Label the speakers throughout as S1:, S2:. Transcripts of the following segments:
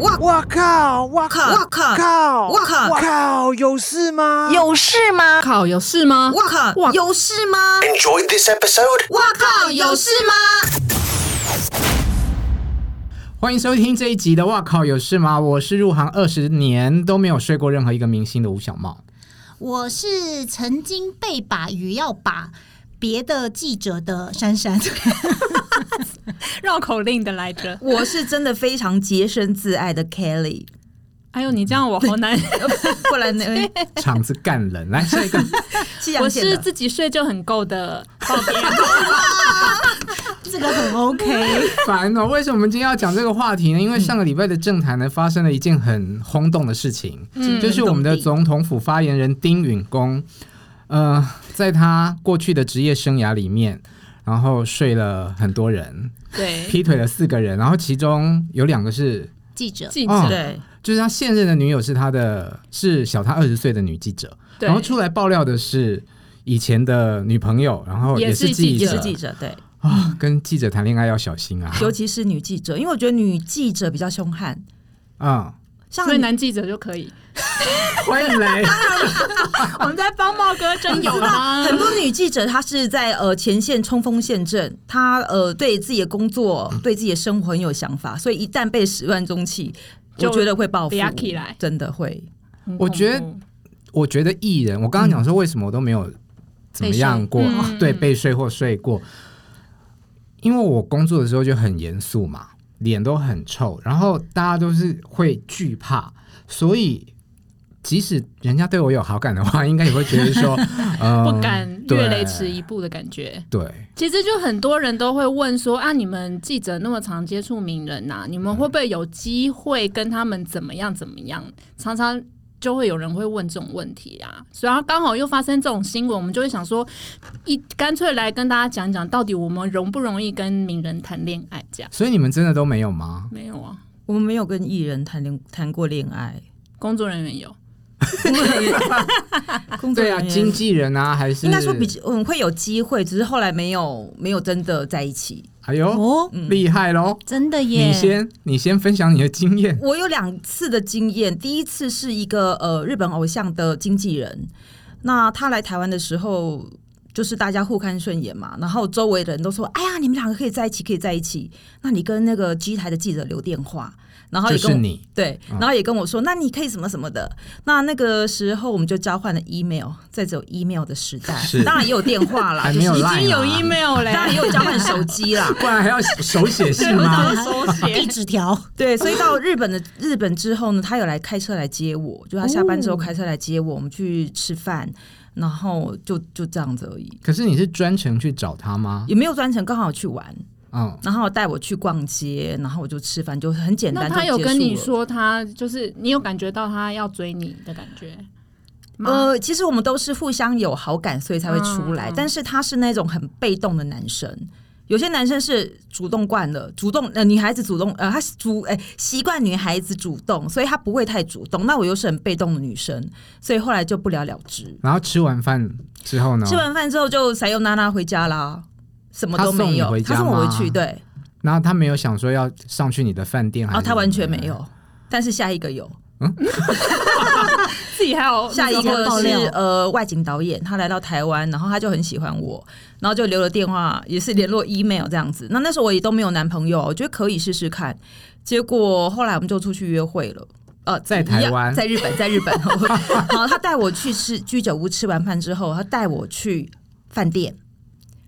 S1: 哇靠！哇靠！
S2: 哇靠
S1: 靠！
S2: 哇靠
S1: 哇靠！有事吗？
S3: 有事吗？
S4: 靠，有事吗？
S2: 哇靠！
S4: 哇
S2: 有事吗？
S5: Enjoyed this episode?
S2: 哇靠！有事吗？
S6: 欢迎收听这一集的《哇靠有事吗》，我是入行二十年都没有睡过任何一个明星的吴小茂。
S7: 我是曾经被把鱼要把别的记者的珊珊，
S8: 绕口令的来着。
S2: 我是真的非常洁身自爱的 Kelly，
S8: 哎呦，你这样我好难。
S2: 不然呢？
S6: 场子干人，来下一个，
S2: 西
S8: 我
S2: 洋线
S8: 是
S2: 的
S8: 自己睡就很够的，抱别人。
S7: 这个很 OK。
S6: 烦哦！为什么我们今天要讲这个话题呢？因为上个礼拜的政坛呢，发生了一件很轰动的事情，就是我们的总统府发言人丁允恭，呃，在他过去的职业生涯里面，然后睡了很多人，
S8: 对，
S6: 劈腿了四个人，然后其中有两个是，
S7: 记
S2: 啊
S7: 者
S8: 记
S6: 哦
S8: 者，
S2: 对，
S6: 就是他现任的女友是他的，是小他二十岁的女记者。
S8: 对
S6: 然后出来爆料的是以前的女朋友，然后
S8: 也
S6: 是
S8: 是记
S6: 记
S2: 也
S6: 者
S2: 是记者，对，
S6: 啊，跟记者谈恋爱要小心啊，
S2: 尤其是女记者，因为我觉得女记者比较凶悍，
S6: 嗯，
S2: 像
S8: 所以男记者就可以。
S6: 欢迎来，
S8: 我们在帮茂哥争友吗？
S2: 很多女记者，她是在呃前线冲锋陷阵，她呃对自己的工作、
S8: 嗯
S2: 对自己的生活很有想法，所以一旦被始乱终弃，我
S8: 就
S2: 觉得会报复
S8: 不要起来，
S2: 真的会。
S8: 很恐怖
S6: 我觉得我觉得艺人，我刚刚讲说为什么我都没有怎么样过，啊
S8: 被睡嗯
S6: 对，被睡或睡过，因为我工作的时候就很严肃嘛，脸都很臭，然后大家都是会惧怕，所以。即使人家对我有好感的话，应该也会觉得 说，呃，
S8: 不敢
S6: 对
S8: 越雷池一步的感觉。
S6: 对，
S8: 其实就很多人都会问说啊，你们记者那么常接触名人呐、你们会不会有机会跟他们怎么样怎么样？常常就会有人会问这种问题啊，所以啊刚好又发生这种新闻，我们就会想说，一干脆来跟大家讲讲，到底我们容不容易跟名人谈恋爱？这样
S6: 所以你们真的都没有吗？
S8: 没有啊，
S2: 我们没有跟艺人谈恋谈过恋 爱，
S8: 工作人员有，
S2: 工作
S6: 对
S2: 人
S6: 啊，
S2: 员
S6: 经纪人啊，还是
S2: 应该说比嗯会有机会，只是后来没有没有真的在一起。
S6: 哎呦，
S7: 哦，
S2: 嗯
S6: 厉害喽！
S7: 真的耶
S6: 你！先，你先分享你的 经验。
S2: 我有两次的经验，第一次是一个呃日本偶像的经纪人，那他来台湾的时候，就是大家互看顺眼嘛，然后周围的人都说：“哎呀，你们两个可以在一起，可以在一起。”那你跟那个 G 台的记者留电话，然后
S6: 就
S2: 也跟
S6: 是
S2: 我
S6: 你，嗯
S2: 对，然后也跟我说：“那你可以什么什么的。”那那个时候我们就交换了 email，在只有 email 的时代
S6: 是，
S2: 当然也有电话啦，
S6: 还
S2: 就
S6: 没
S2: 是
S6: 有
S8: 已经
S6: line
S8: 有
S6: 啊
S8: email 嘞
S2: 当，然也有交换手机啦。
S6: 不然还要手写信
S2: 啊
S6: 吗？
S8: 我手
S7: 递
S8: 写，
S7: 纸条，
S2: 对，所以到日本的日本之后呢，他有来开车来接我，就他下班之
S8: 哦
S2: 后开车来接我，我们去吃饭，然后就就这样子而已，
S6: 可是你是专程去找他吗？
S2: 也没有专程，刚好去玩，
S6: 嗯，
S2: 然后带我去逛街，然后我就吃饭，就很简
S8: 那
S2: 单。
S8: 他有
S2: 就结束
S8: 跟你
S2: 了？
S8: 说他就是你有感觉到他要追你的感觉吗？
S2: 呃，其实我们都是互相有好感，所以才会出来。
S8: 嗯嗯
S2: 但是他是那种很被动的男生，有些男生是主动惯了，主动呃女孩子主动呃他是主哎习惯女孩子主动，所以他不会太主动。那我又是很被动的女生，所以后来就不了了之。
S6: 然后吃完饭之后呢？
S2: 吃完饭之后就塞又娜娜回家啦，什么都没有。
S6: 他
S2: 他送
S6: 送你回家吗哎
S2: 我回去，对，
S6: 然后他没有想说要上去你的饭店，
S2: 然
S6: 还
S2: 后哦
S6: 是
S2: 他完全没有。但是下一个有，
S8: 自己还有
S2: 下一
S7: 那时
S2: 个
S7: 候爆
S2: 是
S7: 料
S2: 呃外景导演，他来到台湾，然后他就很喜欢我，然后就留了电话，也是联络 email 这样子。那那时候我也都没有男朋友，我觉得可以试试看。结果后来我们就出去约会了。呃，
S6: 在台湾
S2: 一样在日本，在日本。 然后他带我去吃居酒屋，吃完饭之后，他带我去饭店，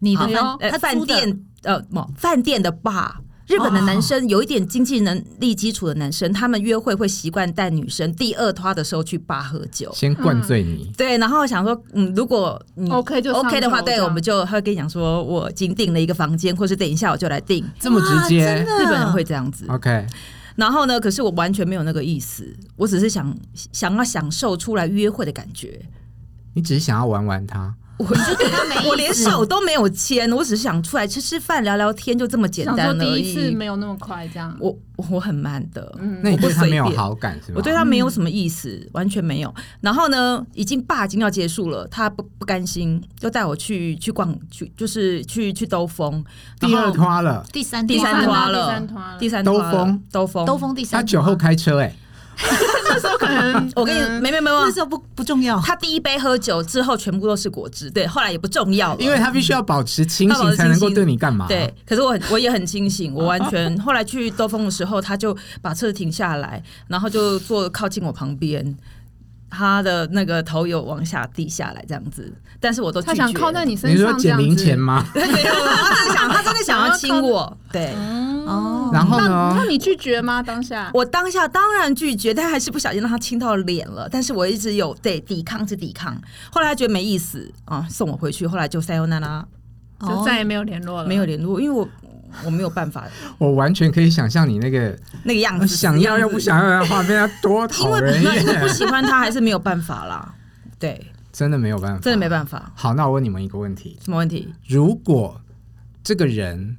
S7: 你的
S2: 好
S8: 哎
S7: 饭
S8: 呦
S2: 呃
S7: 他
S2: 饭
S7: 租的哦
S2: 店呃，么饭店的 bar。日本的男生有一点经济能力基础的男生，他们约会会习惯带女生第二拖的时候去 bar 喝酒。
S6: 先灌醉你，
S2: 对，然后想说，嗯，如果你
S8: OK 就上
S2: OK 的话，
S8: 头
S2: 对，
S8: 这样
S2: 我们就他会跟你讲说，我已经订了一个房间，或是等一下我就来订。
S6: 这么直接
S2: 日本人会这样子。
S6: ？OK，
S2: 然后呢，可是我完全没有那个意思，我只是想想要享受出来约会的感觉。
S6: 你只是想要玩玩他，
S2: 我就
S7: 对他没意思
S2: 我连手都没有牵，我只是想出来吃吃饭、聊聊天，就这么简
S8: 想说
S2: 单
S8: 第
S2: 而
S8: 一次
S2: 已。
S8: 没有那么快这样。嗯
S2: 我我很慢的，
S6: 那你对他没有
S2: 我不随便
S6: 好感是吗？
S2: 我对他没有什么意思，完全没有。然后呢，已经爸已经要结束了，他不不甘心，就带我去去逛，去就是去去兜风。
S6: 第
S2: 然
S6: 二
S2: 后
S6: 拖了，
S7: 第三
S2: 第三
S7: 段
S2: 团
S8: 团
S2: 了，
S8: 第三团了
S2: 第三
S6: 兜
S2: 团了
S6: 风，
S2: 兜风，
S7: 兜。风第
S6: 他
S7: 三
S6: 酒后开车哎，
S8: 那时候可能
S2: 我跟你
S8: 嗯
S2: 没没没有
S7: 那，时候不不重要，
S2: 他第一杯喝酒之后全部都是果汁，对，后来也不重要了，
S6: 因为他必须要保持清
S2: 他保
S6: 醒
S2: 持
S6: 才能够
S2: 清醒
S6: 对你干嘛？
S2: 对，，可是我很我也很清 醒，我完全后来去兜风的时候，他就把车停下来，然后就坐靠近我旁边，他的那个头有往下低下来这样子，但是我都拒
S8: 他
S2: 绝
S8: 想靠在
S2: 你，
S8: 你身
S6: 你说
S8: 上这
S6: 捡
S8: 样
S6: 零
S8: 子
S6: 钱。吗？
S2: 没有没有他真的想，他真的想要亲我， 对。
S7: 哦
S6: 然后
S8: 那
S6: 呢
S8: 那？你拒绝吗？当下
S2: 我当下当然拒绝，但还是不小心让他亲到脸了。但是我一直有对抵抗，是抵抗。后来他觉得没意思啊，送我回去。后来就塞欧娜拉，
S8: 就再也没有联络了。
S2: 哦没有联络，因为我我没有办法
S6: 我完全可以想象你那个
S2: 那个样
S6: 呃
S2: 子，
S6: 想要又不想要的画面，要多
S2: 因
S6: 讨
S2: 为
S6: 人
S2: 那因为不
S6: 厌，
S2: 喜欢他，还是没有办法啦。对，
S6: 真哎的没有办法，
S2: 真的没办法。
S6: 好，那我问你们一个问题：
S2: 什么问题？
S6: 如果这个人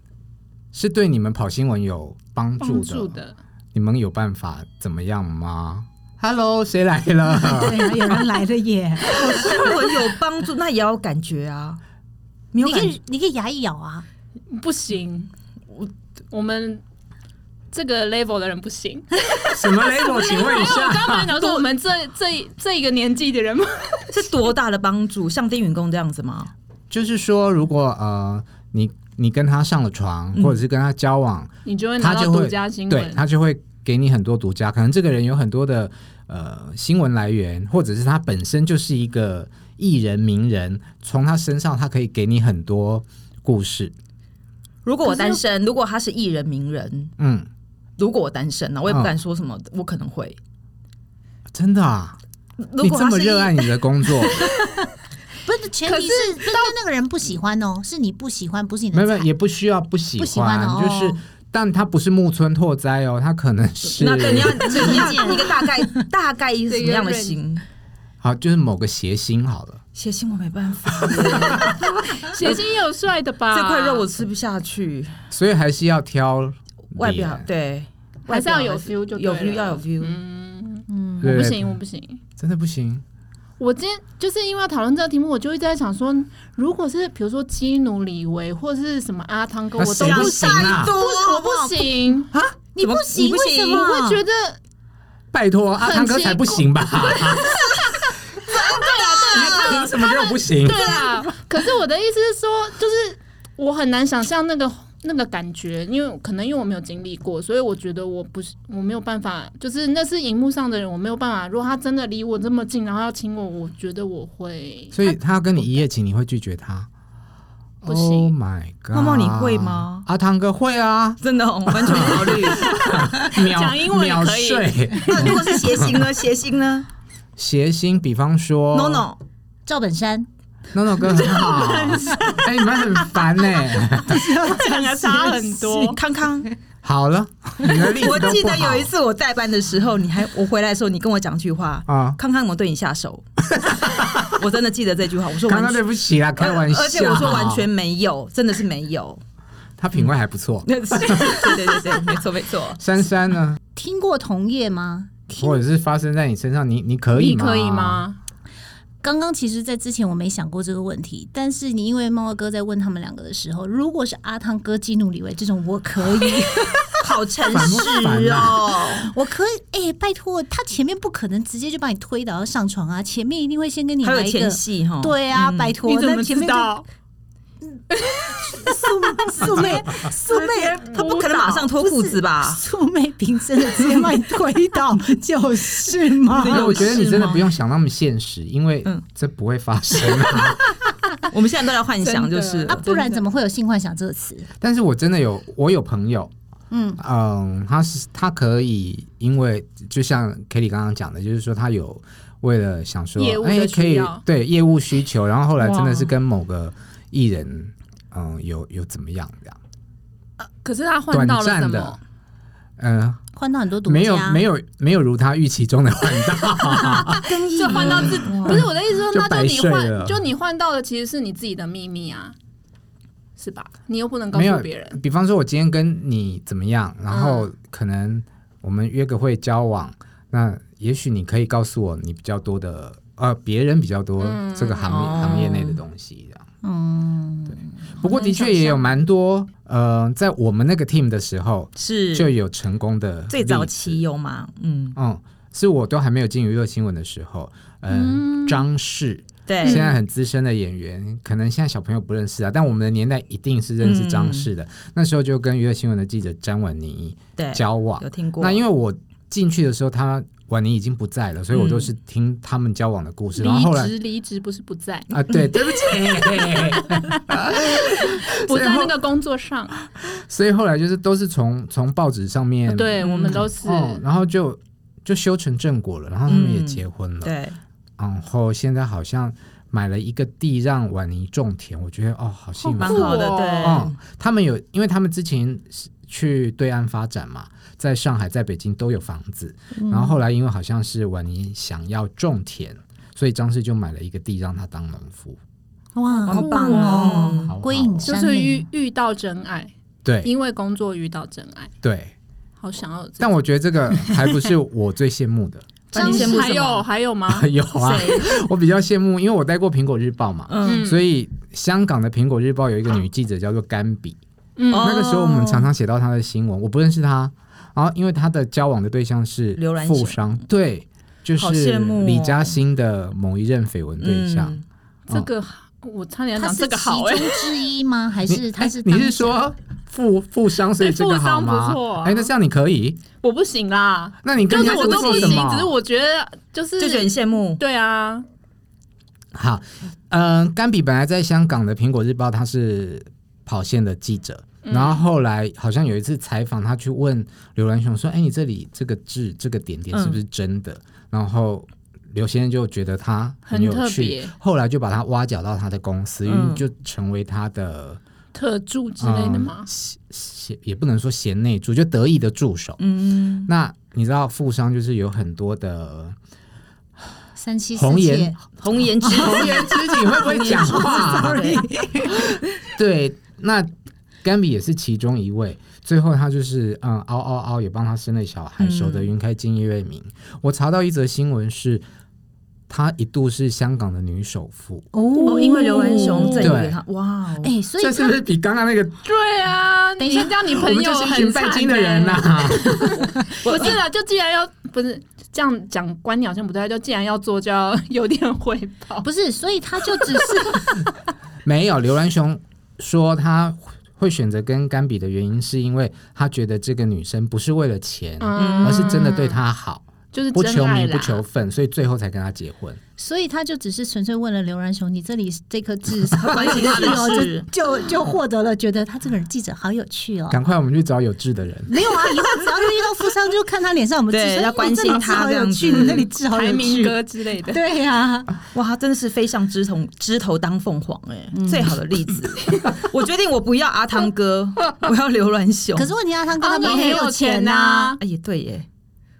S6: 是对你们跑新闻有帮
S8: 帮
S6: 助的，
S8: 助的，
S6: 你们有办法怎么样吗？Hello，谁来了？
S7: 对啊，有人来 了耶！
S2: 哦我有帮助，那也要有感觉啊。没有
S7: 你可
S2: 感觉
S7: 以你可以牙一咬啊，
S8: 不行，我我们这个 level 的人不行。
S6: 什么 label？请问一
S8: 我刚
S6: 下，
S8: 刚讲说我们这这这一个年纪的人，
S2: 是多大的帮助？像丁允恭这样子吗？
S6: 就是说，如果呃，你你跟他上了床，或者是跟他交往，
S8: 你就会拿
S6: 他
S8: 到
S6: 就
S8: 独
S6: 会
S8: 家新
S6: 对
S8: 闻。
S6: 他就会给你很多独家。可能这个人有很多的呃新闻来源，或者是他本身就是一个艺人名人，从他身上他可以给你很多故事。
S2: 如果我单身，如果他是艺人名人，
S6: 嗯，
S2: 如果我单身啊呢，我也不
S6: 嗯
S2: 敢说什么，我可能会。
S6: 真的啊，
S2: 如
S6: 你
S2: 果
S6: 这
S2: 他
S6: 么
S2: 是
S6: 热爱
S2: 艺，
S6: 你的工作，
S7: 不是前提是不是对那个人不喜欢哦，是你不喜欢，不是你
S6: 没
S7: 的
S6: 有没有
S7: 菜。
S6: 也不需要不喜
S7: 不喜欢哦
S6: 就是。但他不是木村拓哉哦，他可能是
S2: 那对你要你
S7: 意
S2: 要
S7: 见
S2: 一个大概大概一个什么样的
S8: 这个
S2: 心？
S6: 好，就是某个谐星好了。
S2: 写信我没办法，
S8: 谐星也有帅的吧？
S2: 这块肉我吃不下去，
S6: 所以还是要挑
S2: 外表
S6: 脸
S2: 对，
S8: 还是要
S2: 外表
S8: 有 feel 就对
S2: 有
S8: 了
S2: view 要有 view。
S8: 嗯，
S7: 嗯，
S8: 我
S6: 对
S8: 不行，我不行。
S6: 真的不行。
S8: 我今天就是因为要讨论这个题目，我就一直在想说，如果是比如说基努里维或是什么阿汤哥，
S6: 那
S8: 我都
S6: 谁
S8: 不
S6: 不行啊
S8: 不是我不行，
S7: 你不
S2: 怎么你
S7: 行，
S2: 不
S7: 为什
S2: 行
S7: 么？
S8: 我觉得
S6: 拜托，阿汤哥才不行吧？ 你凭什么给我不行？
S8: 对啦。可是我的意思是说，就是我很难想象那个那个感觉，因为可能因为我没有经历过，所以我觉得我不是我没有办法，就是那是荧幕上的人，我没有办法。如果他真的离我这么近，然后要亲我，我觉得我会
S6: 所以他要跟你一夜情，你会拒绝他？
S8: 不行
S6: Oh my god！
S2: 默默你会吗？
S6: 阿汤哥会啊，
S2: 真的哦，完全没考虑。
S6: 秒
S8: 讲英文也
S6: 秒
S8: 可以
S6: 睡。
S2: 那如果是谐星呢？谐星呢
S6: 谐星，比方说
S2: ？No No，
S7: 赵本山，
S6: No No 哥很 好，哎，你们很烦呢。
S2: 两个差很
S8: 哦
S2: 多。康康，
S6: 好了，你的例子
S2: 我
S6: 都
S2: 记
S6: 不
S2: 得
S6: 好
S2: 有一次我代班的时候，你还我回来的时候，你跟我讲句话，
S6: 啊，
S2: 康康有没有对你下手？我真的记得这句话，我说
S6: 刚
S2: 完
S6: 刚对
S2: 全，
S6: 不起啦，开玩笑。
S2: 而且我说完全，没有，真的是没有。
S6: 他品味还不错。
S2: 对对对对，没错没错。
S6: 珊珊呢，
S7: 听过同业吗？
S6: 或者是发生在你身上，你你可以
S8: 你
S6: 吗？
S8: 可以？吗？
S7: 刚刚其实，在之前我没想过这个问题，但是你因为猫猫哥在问他们两个的时候，如果是阿汤哥、基努里维这种，我可 以，
S2: 好诚
S6: 烦不
S2: 实
S6: 烦
S2: 哦，
S7: 我可以，哎、拜托，他前面不可能直接就把你推倒要上床啊，前面一定会先跟你
S2: 还
S7: 来
S2: 有
S7: 一
S2: 前
S7: 个，
S2: 戏哈，嗯
S7: 对啊，拜托，那前面就？素素妹素 妹，
S2: 他不可能马上脱裤子吧？
S7: 素昧平生的直接把你推倒，就是嘛
S8: 啊
S6: 对，我觉得你真的不用想那么现实，因为
S2: 嗯
S6: 这不会发生啊。
S2: 我们现在都在幻想，就是
S7: 啊，不然怎么会有性幻想这个词？
S6: 但是我真的有，我有朋友，
S7: 嗯
S6: 嗯，他是他可以，因为就像 k e l l y 刚刚讲的，就是说他有为了想说
S8: 业务，的
S6: 哎，
S8: 需
S6: 可以
S8: 要
S6: 对业务需求，然后后来真的是
S8: 哇
S6: 跟某个艺人，嗯，有有怎么样这样，
S8: 可是他换
S6: 短
S8: 到了什
S6: 暂
S8: 么
S6: 的？，嗯，
S7: 换到很多独家，
S6: 没有没有没有如他预期 中的换到，
S2: 跟
S8: 就换到自，不是我的意思说，
S6: 嗯就
S8: 那就
S6: 白
S8: 你
S6: 睡
S8: 换，
S6: 了
S8: 就你换到的其实是你自己的秘密啊，是吧？你又不能告
S6: 没有
S8: 诉别人，。
S6: 比方说，我今天跟你怎么样，然后可能我们约个会交往，那也许你可以告诉我你比较多的，呃，别人比较多
S8: 嗯
S6: 这个行业、
S2: 哦
S6: 行业内的东西这样。
S7: 嗯，
S6: 不过的确也有蛮多，呃，在我们那个 team 的时候
S2: 是
S6: 就有成功的
S2: 最早
S6: 例子
S2: 期有吗？嗯，
S6: 嗯，是我都还没有进娱乐新闻的时候，嗯，张氏
S8: 嗯
S2: 对，
S6: 现在很资深的演员，可能现在小朋友不认识啊，但我们的年代一定是认识张氏
S8: 嗯
S6: 的。那时候就跟娱乐新闻的记者詹婉妮
S8: 哎
S2: 对
S6: 交往
S2: 有，听过。
S6: 那因为我进去的时候，他婉妮已经不在了，所以我都是听他们交往的故事。然后后
S8: 嗯离
S6: 来
S8: 职，离职不是不 在，
S6: 啊，对，对不起，
S8: 不在那个工作上。
S6: 所以后来就是都是从从报纸上面
S8: 对，
S2: 嗯
S8: 我们都是。
S6: 哦，然后就就修成正果了，然后他们也结婚
S8: 嗯
S6: 了。
S2: 对，
S6: 然后现在好像买了一个地让婉妮种田，我觉得哦，好幸
S2: 蛮
S6: 福。
S2: 好的，
S8: 酷哦
S6: 嗯
S2: 对，，
S6: 他们有，因为他们之前是去对岸发展嘛，在上海、在北京都有房子，然后后来因为好像是婉妮想要种田，所以张氏就买了一个地让她当农夫，
S7: 哇，
S2: 好棒哦
S6: 好好
S7: 归隐
S8: 就
S7: 山
S8: 是
S7: 林
S8: 遇遇到真爱，
S6: 对
S8: 因为工作遇到真爱，
S6: 对，
S8: 好想要有这。
S6: 但我觉得这个还不是我最羡慕的。
S2: 那你羡慕什么
S8: 还有还有吗？
S6: 有啊，我比较羡慕，因为我待过苹果日报嘛，
S2: 嗯，
S6: 所以香港的苹果日报有一个女记者叫做甘比，
S8: 嗯，
S2: 哦
S6: 那个时候我们常常写到她的新闻，我不认识她，然后因为她的交往的对象是
S2: 刘兰
S6: 富
S2: 贤
S6: 商，对，就
S2: 好羡
S6: 是
S2: 慕哦
S6: 李嘉欣的某一任绯闻对象。
S2: 嗯
S8: 这个我差点要
S7: 他
S8: 讲这
S7: 是其
S8: 个
S7: 中
S8: 好哎，
S7: 之一吗？还
S6: 你
S7: 是他
S6: 哎
S7: 是
S6: 你
S7: 当
S6: 是说富富商，所以
S8: 对
S6: 这个
S8: 富
S6: 好
S8: 商不
S6: 吗
S8: 错？啊
S6: 哎，那这样你可以，
S8: 我不行啦，
S6: 那你
S8: 就
S6: 跟
S8: 是
S6: 人家
S8: 我都
S6: 做
S8: 不
S6: 什
S8: 行，只是
S6: 么？
S8: 我觉得就是
S2: 就觉得很羡慕。
S8: 对啊，
S6: 好，嗯，甘比本来在香港的《苹果日报》，他是跑线的记者。
S8: 嗯
S6: 然后后来好像有一次采访，他去问刘銮雄说：“哎，你这里这个字这个点点是不
S8: 嗯
S6: 是真的？”然后刘先生就觉得他
S8: 很
S6: 有
S8: 特
S6: 趣
S8: 别，
S6: 后来就把他挖角到他的公司，因
S2: 嗯
S6: 为就成为他的
S8: 特助之类的吗
S6: 嗯？贤贤也不能说贤内助，就得意的助手。
S2: 嗯，
S6: 那你知道富商就是有很多的
S7: 三妻四
S6: 红颜
S7: 妾？
S2: 红颜知 己，
S6: 红颜知己，会不会讲 话？啊
S2: 对
S6: 对，那甘比也是其中一位。最后他就是嗯，嗷嗷嗷，也帮他生了小孩，
S2: 嗯
S6: 守得云开见月明。我查到一则新闻是，她一度是香港的女首富，
S2: 哦，因为刘銮雄赠予
S6: 对
S2: 他，哇哦，
S7: 哎，所以
S6: 这是不是比刚刚那个
S8: 对啊，
S7: 等一下
S8: 你这样你
S6: 我
S8: 朋
S6: 们
S8: 友
S6: 就是一群
S8: 很
S6: 拜
S8: 惨
S6: 金的人啊呐、
S8: 欸 不是啊，就既然要不是这样讲观念好像不对，就既然要做，就要有点回报。
S7: 不是，所以他就只是
S6: 没有，刘銮雄说他会选择跟甘比的原因，是因为他觉得这个女生不是为了钱，
S8: 嗯
S6: 而是真的对他好，
S8: 就是
S6: 不
S8: 真
S6: 求
S8: 爱
S6: 名
S8: 啦
S6: 不求份，所以最后才跟他结婚。
S7: 所以他就只是纯粹问了刘然雄，你这里这颗痣
S2: 关系大的事
S7: 就就就获得了，觉得他这个人记者好有趣哦。
S6: 赶快，我们去找有志的人。
S7: 没有啊，以后只要遇到富商，就看他脸上有没有
S2: 对
S7: 痣，说
S2: 要
S7: 哎
S2: 关心
S7: 你这里
S2: 他
S7: 痣好
S2: 这样
S7: 有趣，
S2: 子
S7: 你那里痣好
S8: 排
S7: 有
S8: 名
S7: 趣。
S8: 歌之类的。
S7: 对啊呀，
S2: 哇，他真的是飞上枝头枝头当凤凰哎、最好的例子。我决定我不要阿汤哥，我要刘銮雄。
S7: 可是问题啊，他跟他
S8: 啊
S7: 们
S8: 你
S7: 很
S8: 很有
S7: 有钱
S8: 钱
S7: 呐
S8: 啊，
S2: 哎也对耶，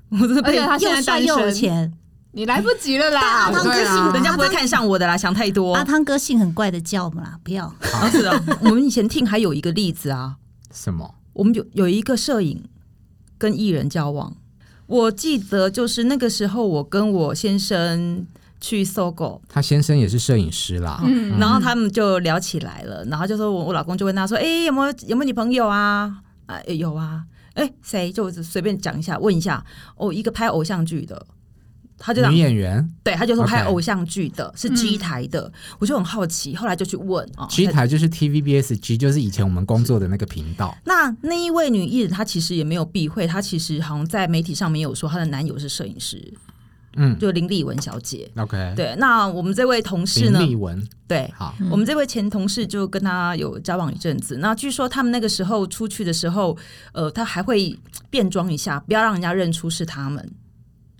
S2: 我真的
S8: 而
S2: 被
S8: 且他现
S7: 又
S8: 在
S7: 帅
S8: 单
S7: 又有
S8: 身，
S7: 钱。
S8: 你来不及了啦
S7: 阿。汤哥
S6: 对啊
S7: 姓
S2: 人家不会看上我的啦，想太多
S7: 阿。汤哥姓很怪的叫我们啦，不要。
S2: 啊是啊， 我们以前听还有一个例子啊，
S6: 什么？
S2: 我们有有一个摄影跟艺人交往，我记得就是那个时候我跟我先生去搜狗，
S6: 他先生也是摄影师啦。
S8: 嗯
S2: 然后他们就聊起来了，然后就说我我老公就问他说，哎、有没有有没有女朋友啊？啊，诶有啊，哎、谁？就随便讲一下，问一下，哦，一个拍偶像剧的，他就讲
S6: 女演员
S2: 对，他就说拍
S6: OK
S2: 偶像剧的是 G 台的，我就很好奇，后来就去问哦
S6: G 台就是 TVBS G，就是以前我们工作的那个频道。
S2: 那那一位女艺人，她其实也没有避讳，她其实好像在媒体上面有说她的男友是摄影师，
S6: 嗯
S2: 就林丽文小姐。
S6: ，OK。
S2: 对，那我们这位同事
S6: 嗯林
S2: 呢？
S6: 立文，
S2: 对，
S6: 好，
S2: 我们这位前同事就跟她有交往一阵子。那据说他们那个时候出去的时候，呃，她还会变装一下，不要让人家认出是他们。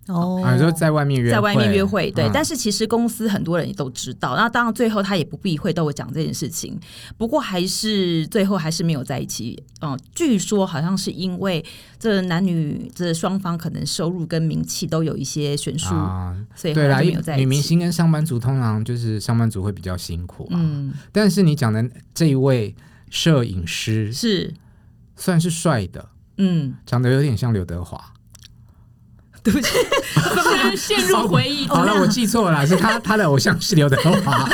S7: 哦
S6: 啊，就在外面约会，
S2: 在外面约会，对。
S6: 嗯
S2: 但是其实公司很多人也都知道，那当然最后他也不避讳都有讲这件事情，不过还是最后还是没有在一起。嗯，据说好像是因为这男女这双方可能收入跟名气都有一些悬殊，
S6: 啊，
S2: 所以后
S6: 对啦
S2: 来就没有在，一起。
S6: 女明星跟上班族通常就是上班族会比较辛苦啊。
S2: 嗯，
S6: 但是你讲的这一位摄影师
S2: 是，
S6: 算是帅的，
S2: 嗯，
S6: 长得有点像刘德华。
S2: 对不起，
S8: 是陷入回忆。
S6: 好了，我记错了啦，是他他的偶像是刘德 华。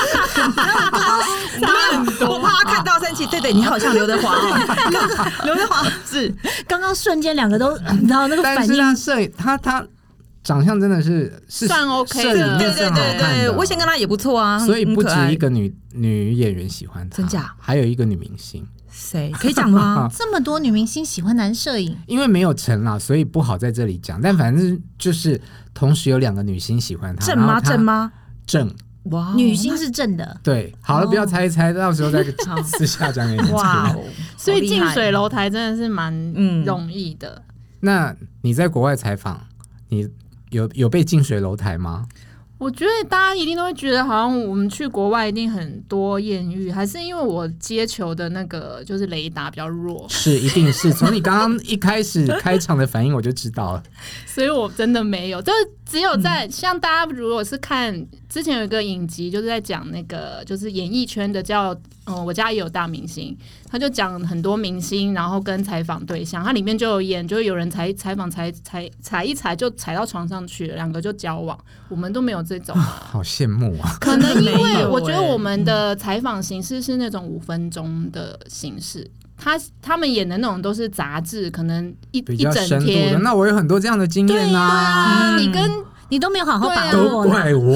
S2: 啊我怕他看到生气。对对，你好像刘德 华哦，刘德华是
S7: 刚刚瞬间两个都， 你知道那个
S6: 但
S7: 反
S6: 是
S7: 应
S6: 他摄影，他他长相真的是是
S8: 算 OK 的
S6: 摄
S2: 对
S6: 影面
S2: 对
S6: 算好
S2: 对
S6: 看
S2: 对，
S6: 的。
S2: 我以前跟他也不错啊，
S6: 所以
S2: 很
S6: 不止
S2: 可爱
S6: 一个女女演员喜欢他，
S2: 真假
S6: 还有一个女明星，
S2: 谁可以讲 吗？
S7: 这么多女明星喜欢男摄影，
S6: 因为没有成啦，所以不好在这里讲。但反正就是同时有两个女星喜欢他，
S2: 正
S6: 然后
S2: 吗？
S6: 他
S2: 正？吗？
S6: 正
S2: 哇哦，
S7: 女星是正的，
S6: 对，好了，不要猜一猜，到 时候再私下讲给你
S2: 那
S6: 听。
S2: 哦哇哦，
S8: 所以近
S2: 好厉害
S8: 水楼台真的是蛮
S2: 嗯
S8: 容易的。
S6: 那你在国外采访，你有有被近水楼台吗？
S8: 我觉得大家一定都会觉得，好像我们去国外一定很多艳遇，还是因为我接球的那个就是雷达比较弱，
S6: 是，一定是。从你刚刚一开始开场的反应我就 知道了。
S8: 所以我真的没有，就是只有
S6: 嗯
S8: 在、像大家如果是看之前有一个影集，就是在讲那个就是演艺圈的叫，嗯、我家也有大明星，他就讲很多明星，然后跟采访对象，他里面就有演，就是有人采采访采采采一采就踩到床上去了，两个就交往，我们都没有这 种啊。
S6: 好羡慕啊！
S8: 可能因
S2: 没
S8: 为
S2: 有
S8: 我觉得
S2: 欸
S8: 我们
S6: 嗯
S8: 的采访形式是那种五分钟的形式，他他们演的那种都是杂志，可能一
S6: 比
S8: 一
S6: 较
S8: 整
S6: 深度的，
S8: 天。
S6: 那我有很多这样的经验啊，
S8: 啊，你跟
S7: 嗯你都没有好好
S8: 对
S7: 把
S8: 啊
S6: 都
S7: 握。
S6: 怪我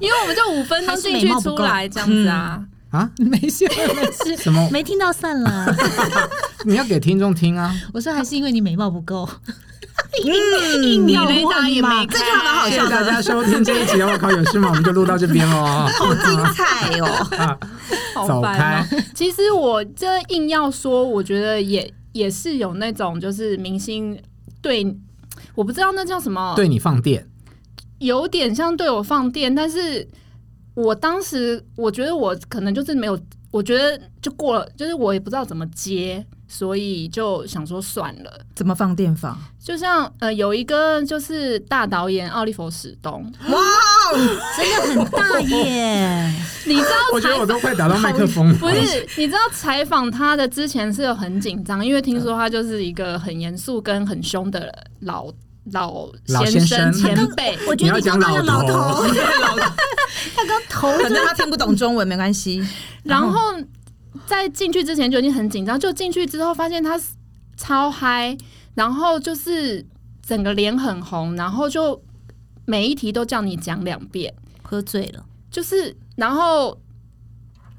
S8: 因为我们就五分钟进去出来这样子啊，
S6: 啊！
S7: 没事没事，
S6: 什 么？
S7: 没听到算了。
S6: 你要给听众听啊！
S7: 我说还是因为你眉毛不够，
S8: 你
S7: 要
S8: 雷达也没开，
S2: 嗯这句话蛮好
S6: 谢
S2: 笑
S6: 谢
S2: 的
S6: 大家收听这一集《哦我靠有事吗》，我们就录到这边喽 啊。
S2: 好精彩哦！
S8: 好
S6: 走
S8: 烦哦
S6: 开。！
S8: 其实我这硬要说，我觉得也也是有那种就是明星对，我不知道那叫什么，
S6: 对你放电，
S8: 有点像对我放电，但是我当时我觉得我可能就是没有，我觉得就过了，就是我也不知道怎么接，所以就想说算了。
S2: 怎么放电放？
S8: 就像呃，有一个就是大导演奥利弗·史东，
S7: 真的很大耶。
S8: 你知道
S6: 我觉得我都快打到麦克风了。
S8: 不是？你知道采访他的之前是有很紧张，因为听说他就是一个很严肃跟很凶的老老
S6: 老
S8: 先
S6: 先
S8: 生
S6: 生
S8: 前辈。
S7: 我觉得你刚刚有
S6: 你要讲老头
S7: 头，他刚头
S2: 可能他听不懂中文没关系，
S8: 然后在进去之前就已经很紧张，就进去之后发现他是超嗨，然后就是整个脸很红，然后就每一题都叫你讲两遍。
S7: 喝醉了，
S8: 就是然后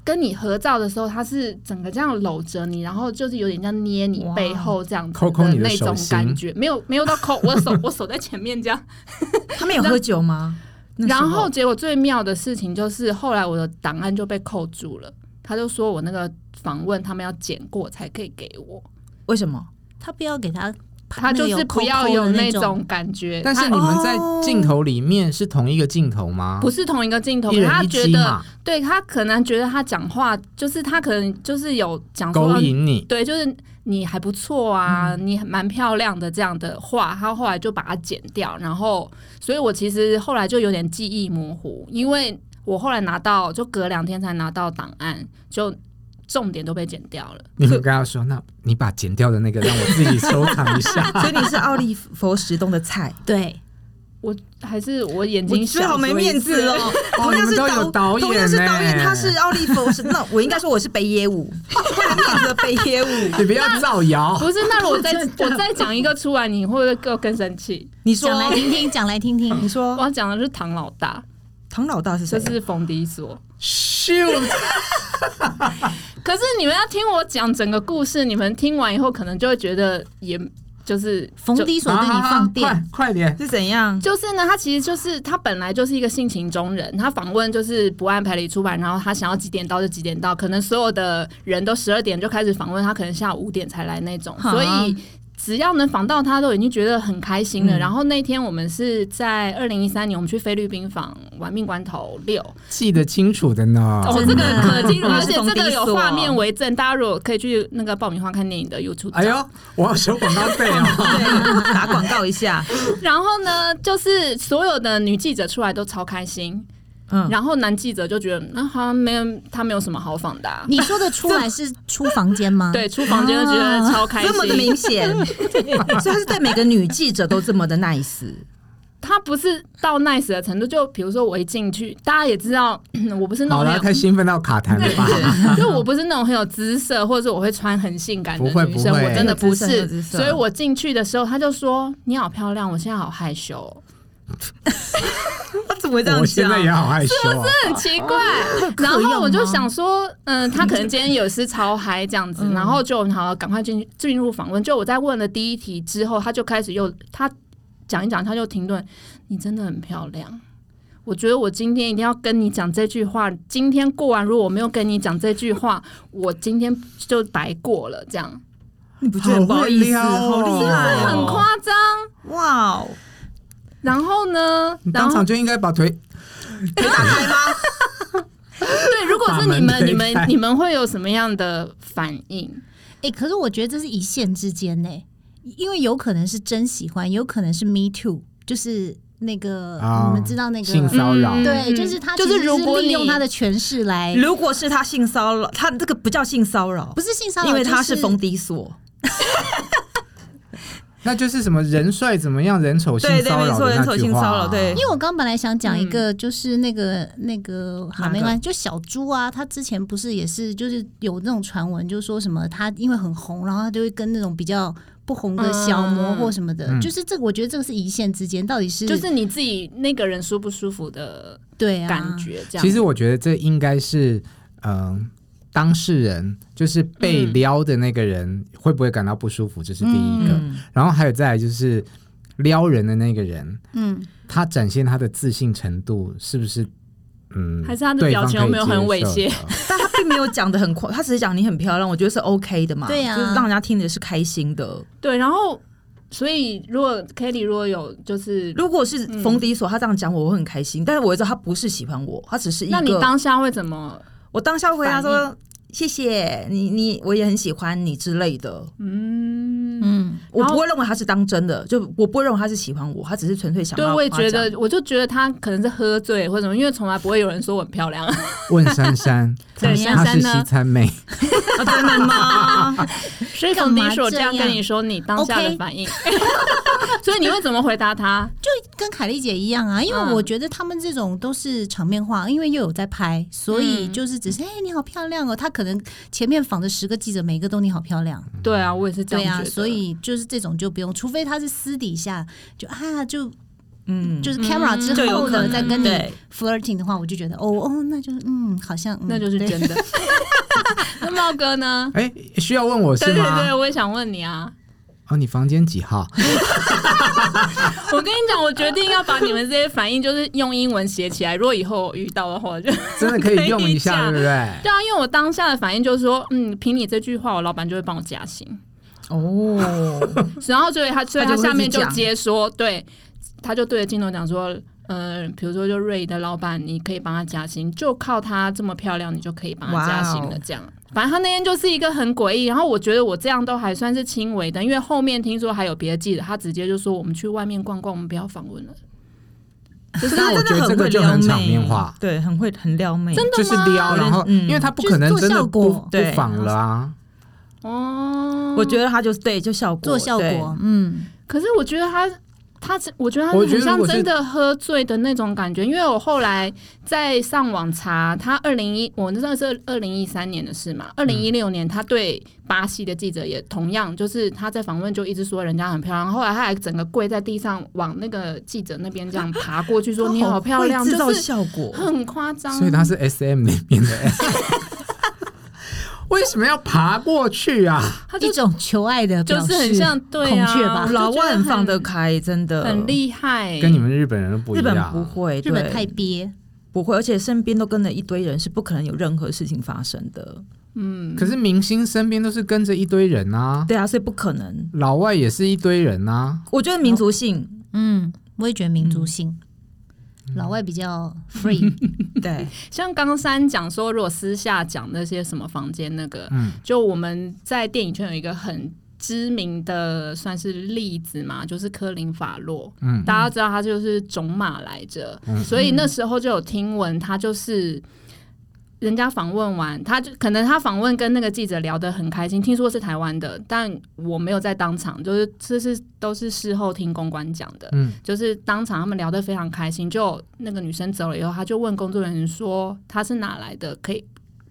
S8: 跟你合照的时候，他是整个这样搂着你，然后就是有点像捏你背后这样子
S6: 抠抠你的
S8: 那种
S6: 手心
S8: 感觉，没有没有到抠，我手我手在前面这样。
S2: 他们有喝酒吗？那时
S8: 然
S2: 候
S8: 后结果最妙的事情就是，后来我的档案就被扣住了，他就说我那个访问他们要剪过才可以给我，
S2: 为什么？
S7: 他不要给他，
S8: 他就是不要有那种感觉，
S6: 但是
S8: 他
S6: 你们在镜头里面是同一个镜头吗？
S8: 不是同一个镜头，
S6: 一
S8: 可是他
S6: 人一
S8: 觉
S6: 机
S8: 得
S6: 嘛，
S8: 对他可能觉得他讲话就是他可能就是有讲说
S6: 勾引你。
S8: 对，就是你还不错啊，你蛮漂亮的这样的话，啊他后来就把它剪掉，然后，所以我其实后来就有点记忆模糊，因为我后来拿到，就隔两天才拿到档案，就重点都被剪掉了。
S6: 你有跟他说，那你把剪掉的那个让我自己收藏一下。
S2: 所以你是奥利弗石东的 菜，
S7: 对，
S8: 我还是我眼
S2: 我
S8: 睛
S2: 觉得好没面子哦。
S6: 哦，
S2: 同
S6: 你
S2: 样
S6: 们
S2: 是
S6: 都有导演、欸
S2: 同
S6: 呢。
S2: 样是导
S8: 欸
S2: 演，他是奥利弗石， 那我应该说我是北野 武，为了面子的北野武。
S6: 你不要造谣。
S8: 不是，那如 果再我再讲一个出来，你会不会更更生气？
S2: 你说
S7: 讲，来听听，讲来 听听。
S2: 你
S8: 我
S2: 说
S8: 要讲的是唐老大，
S2: 唐老大是谁
S8: 就
S2: 啊？
S8: 是冯迪所。
S6: Shoot
S8: 可是你们要听我讲整个故事，你们听完以后可能就会觉得也。就是
S7: 冯
S8: 就啊
S7: 迪所对你放电，，
S6: 快快点！
S2: 是怎样？
S8: 就是呢，他其实就是他本来就是一个性情中人，他访问就是不按牌理出牌，然后他想要几点到就几点到，可能所有的人都十二点就开始访问，他可能下午五点才来那种，
S2: 哈
S8: 所以只要能访到他，都已经觉得很开心了。然后那天我们是在二零一三年，我们去菲律宾访《玩命关头六》，
S6: 记得清楚的呢。
S8: 哦，这
S2: 真
S8: 个
S2: 的
S8: 可惊人，
S2: 我们
S8: 而
S2: 嗯是
S8: 且
S2: 从
S8: 这
S2: 第
S8: 个
S2: 一
S8: 有
S2: 所
S8: 画面为证。大家如果可以去那个爆米花看电影的 YouTube，
S6: 哎
S8: 账
S6: 呦
S8: 号，
S6: 我要收广告费啊！
S2: 对，哦打广告一下，
S8: 然后呢，就是所有的女记者出来都超开心，
S2: 嗯，
S8: 然后男记者就觉得啊，好像没有他没有什么好访的啊、
S2: 嗯
S7: 你说的出来是出房间吗？
S8: 对，出房间就觉得超开
S2: 这么的
S8: 心。
S2: 明 显，所以他是对每个女记者都这么的 nice，
S8: 他不是到 nice 的程度，就比如说我一进去，大家也知道 我不是那
S6: 好
S8: 种
S6: 了，
S8: 很
S6: 太兴奋到卡痰了吧？
S8: 有， 就我不是那种很有姿色，或者是我会穿很性感的
S6: 不会
S8: 女生，
S6: 不会
S8: 我真的不
S2: 没有
S8: 是
S2: 姿色没有姿。色
S8: 所以我进去的时候，他就说：“你好漂亮，我现在好害羞哦。
S2: 他怎 么会这样
S6: 我现
S2: 讲
S6: 在？也好害羞啊！”
S8: 很奇怪，然后我就
S6: 哦
S8: 想说，嗯，他可能今天有事超嗨这样
S6: 嗯
S8: 子，然后就好赶快进进入访问。就我在问了第一题之后，他就开始又他讲一讲，他就停顿。你真的很漂亮，我觉得我今天一定要跟你讲这句话。今天过完，如果我没有跟你讲这句话，我今天就白过了。这样
S2: 你不觉得很不好意思？
S6: 好会
S2: 好
S6: 撩哦
S2: 厉害
S8: 很
S2: 哦，
S8: 夸张。
S2: 哇哦！
S8: 然后呢
S6: 你？
S8: 然
S6: 当
S8: 后
S6: 场就应该把腿
S8: 对，如果是你
S6: 把门
S8: 们，
S6: 推
S8: 你们
S6: 开
S8: 你们会有什么样的反应？
S7: 哎、可是我觉得这是一线之间呢、因为有可能是真喜欢，有可能是 me too，就是那个、
S6: 啊
S7: 你们知道那个
S6: 性 骚扰，
S8: 嗯
S7: 对，就是他
S8: 就是
S7: 其实
S8: 如果
S7: 利用
S8: 你
S7: 他的权势来，
S2: 如果是他性骚扰，他这个不叫性骚扰，
S7: 不是性骚扰，
S2: 因为他
S7: 就是
S2: 封底锁，
S6: 那就是什么人帅怎么样，人丑性
S2: 对对，
S6: 骚
S2: 没
S6: 扰
S2: 错，
S6: 的
S2: 人
S6: 那
S2: 丑
S6: 句
S2: 性
S6: 话
S2: 骚扰，对
S7: 因，为我刚本来想讲一个，就是那个、那个，好，
S2: 哪个
S7: 没关系，就小猪啊，他之前不是也是，就是有那种传闻，就说什么他因为很红，然后他就会跟那种比较不红的小模或什么的，
S6: 嗯
S7: 就是这个，我觉得这个是一线之间，到底是
S8: 就是你自己那个人舒不舒服的
S7: 对啊
S8: 感，觉，这样。
S6: 其实我觉得这应该是，嗯、当事人就是被撩的那个人会不会感到不舒服，这是第一个。
S2: 嗯，
S6: 然后还有再来就是撩人的那个人，
S7: 嗯，
S6: 他展现他的自信程度是不是？嗯，
S8: 还是他的表情有没有很猥亵
S6: 对方可以接受的？
S2: 但他并没有讲的很夸，他只是讲你很漂亮，我觉得是 OK 的嘛，
S7: 对啊
S2: 就是让人家听的是开心的。
S8: 对，然后所以如果 Kelly 如果有就是，
S2: 如果是冯迪所他这样讲我，我会很开心，但是我也知道他不是喜欢我，他只是一个。
S8: 那你当下会怎么？
S2: 我当下回答说。谢谢你，你我也很喜欢你之类的，
S8: 嗯，
S7: 嗯，
S2: 我
S8: 然后
S2: 不会认为他是当真的，就我不会认为他是喜欢我，他只是纯粹想
S8: 对，
S2: 要
S8: 我也
S2: 夸奖
S8: 觉得，我就觉得他可能是喝醉或者什么，因为从来不会有人说我很漂 亮。
S6: 问珊珊，
S8: 对珊
S6: 她
S8: 珊
S6: 是
S8: 呢
S6: 西餐妹，
S2: 啊真的吗？
S8: 所以
S7: 干
S8: 冯
S7: 嘛
S8: 迪说这
S7: 这
S8: 样
S7: 样
S8: 跟你说，你当下的
S7: OK
S8: 反应， 所以你会怎么回答他？
S7: 跟凯丽姐一样啊，因为
S8: 嗯
S7: 我觉得他们这种都是场面化，因为又有在拍，所以
S8: 嗯
S7: 就是只是哎、你好漂亮哦，他可能前面访的十个记者，每个都你好漂亮。
S8: 对啊，我也是这
S7: 对
S8: 样
S7: 啊，
S8: 觉得。
S7: 所以就是这种就不用，除非他是私底下就啊，就
S2: 嗯，
S7: 就是
S8: 嗯
S7: camera 之
S8: 就
S2: 有
S7: 后
S2: 可
S7: 呢，
S2: 能
S7: 再跟你
S2: 对
S7: flirting 的话，我就觉得哦哦，那就是嗯，好像、嗯
S8: 那就是
S7: 对
S8: 真的。 那茂哥呢？
S6: 哎、需要问我是
S8: 对对
S6: 吗？
S8: 对，我也想问你啊！
S6: 哦，你房间几 号？
S8: 我跟你讲，我决定要把你们这些反应，就是用英文写起来。如果以后我遇到的话，我就
S6: 真的可以用一下，
S8: 可以讲
S6: 对不对？
S8: 对啊，因为我当下的反应就是说，嗯，凭你这句话，我老板就会帮我加薪。
S2: 哦，
S8: 然后所以他，所以
S2: 他
S8: 他
S2: 就会
S8: 下面
S2: 一直
S8: 就
S2: 讲
S8: 接说，对，他就对着镜头讲说，呃，比如说就瑞的老板，你可以帮他加薪，就靠他这么漂亮，你就可以帮他加薪
S2: 哇
S8: 了
S2: 哦。
S8: 这样，反正他那天就是一个很诡异。然后我觉得我这样都还算是轻微的，因为后面听说还有别的记者，他直接就说我们去外面逛逛，我们不要访问了。
S2: 就是
S6: 那我觉得这个就很场面化
S2: 对，很会很撩妹，
S8: 真的
S6: 就
S8: 吗
S6: 是撩，然后、
S2: 嗯
S6: 因为他不可能
S7: 就
S6: 真
S7: 是
S6: 的
S7: 做效
S6: 不
S7: 果
S6: 不
S2: 对
S6: 仿了啊。
S8: 哦，
S2: 我觉得他就是对，就效果
S7: 做效果，，嗯，
S8: 可是我觉得他，他是我觉得他
S6: 我觉
S8: 很
S6: 得
S8: 像
S6: 如果是
S8: 真的喝醉的那种感觉，因为我后来在上网查，他二零一，我那时候是二零一三年的事
S6: 嗯
S8: 嘛，二零一六年他对巴西的记者也同样，就是他在访问就一直说人家很漂亮，后来他还整个跪在地上往那个记者那边这样爬过去，说
S2: 对
S8: 你好漂亮，
S2: 会制造
S8: 就是啊
S2: 效 果，
S8: 很夸张，
S6: 所以他是 S M 里面的 S。为什么要爬过去啊？
S8: 他就
S7: 一种求爱的
S8: 就
S7: 表示，
S8: 是很像对啊，
S7: 孔雀吧
S8: 我就觉得
S2: 老外很放得
S8: 很
S2: 开，真的
S8: 很厉害，
S6: 跟你们日本人都不一
S2: 日本
S6: 样。
S2: 不会，
S7: 日本
S2: 对
S7: 太憋，
S2: 不会，而且身边都跟了一堆人，是不可能有任何事情发生的。
S8: 嗯，
S6: 可是明星身边都是跟着一堆人啊，
S2: 对啊，所以不可能。
S6: 老外也是一堆人啊，
S2: 我觉得民族性，
S7: 嗯，我也觉得民族性，
S8: 嗯
S7: 老外比较 free，
S2: 对，
S8: 像刚三讲说，如果私下讲那些什么房间那个，
S6: 嗯，
S8: 就我们在电影圈有一个很知名的算是例子嘛，就是科林法洛，
S6: 嗯
S8: 大家知道他就是种马来着，所以那时候就有听闻他就是。人家访问完，他就可能他访问跟那个记者聊得很开心，听说是台湾的，但我没有在当场，就是这是都是事后听公关讲的。
S6: 嗯，
S8: 就是当场他们聊得非常开心，就那个女生走了以后，他就问工作人员说她是哪来的，可以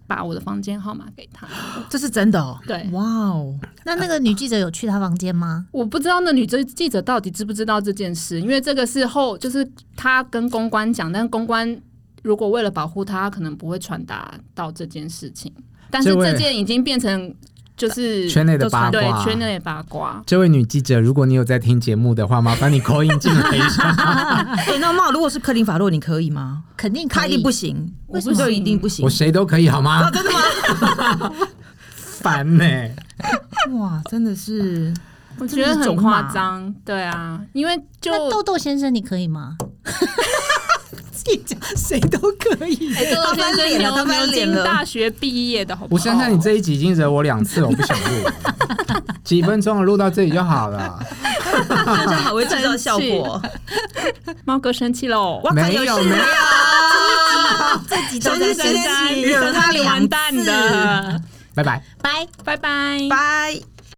S8: 把我的房间号码给 她。
S2: 这是真的哦。
S8: 对，
S2: 哇哦，
S7: 那那个女记者有去他房间吗？
S8: 我不知道那女记记者到底知不知道这件事，因为这个是后就是她跟公关讲，但公关如果为了保护她，她可能不会传达到这件事情。但是
S6: 这位
S8: 这件已经变成就是
S6: 圈内的八
S8: 对
S6: 卦，
S8: 圈。内八卦，
S6: 这位女记者，如果你有在听节目 的话，麻烦你口音进来一下。
S2: 对，那嘛，如果是科林法洛，你可以吗？
S7: 肯定可
S2: 他
S7: 以
S2: 一定不行，
S8: 为什么
S2: 就一定不行
S6: 我？谁都可以好吗？ 真的吗？ 烦呢、
S2: 哇，真的是，
S8: 我觉得很夸张。对啊，因为就
S7: 那豆豆先生你可以吗？
S2: 谁都可 以。
S8: 哎，这
S2: 他
S8: 个
S2: 翻
S8: 先生
S2: 脸了
S8: 牛
S2: 他翻
S8: 牛
S2: 脸
S8: 津
S2: 了
S8: 大学毕业的，好不好？
S6: 我想想，你这一集已经惹我两次了，我不想录。 几分钟了录到这里就好了。
S2: 大家好会制造效果，
S8: 猫哥生气喽！
S2: 哇
S6: 没有没有，
S7: 这集
S2: 都在
S8: 生
S2: 生
S8: 气，
S2: 气
S8: 惹
S2: 惹
S8: 他
S2: 他
S8: 完
S2: 两
S8: 蛋
S2: 次
S8: 的，
S6: 拜拜。
S7: 拜。
S8: 拜拜。
S2: 拜。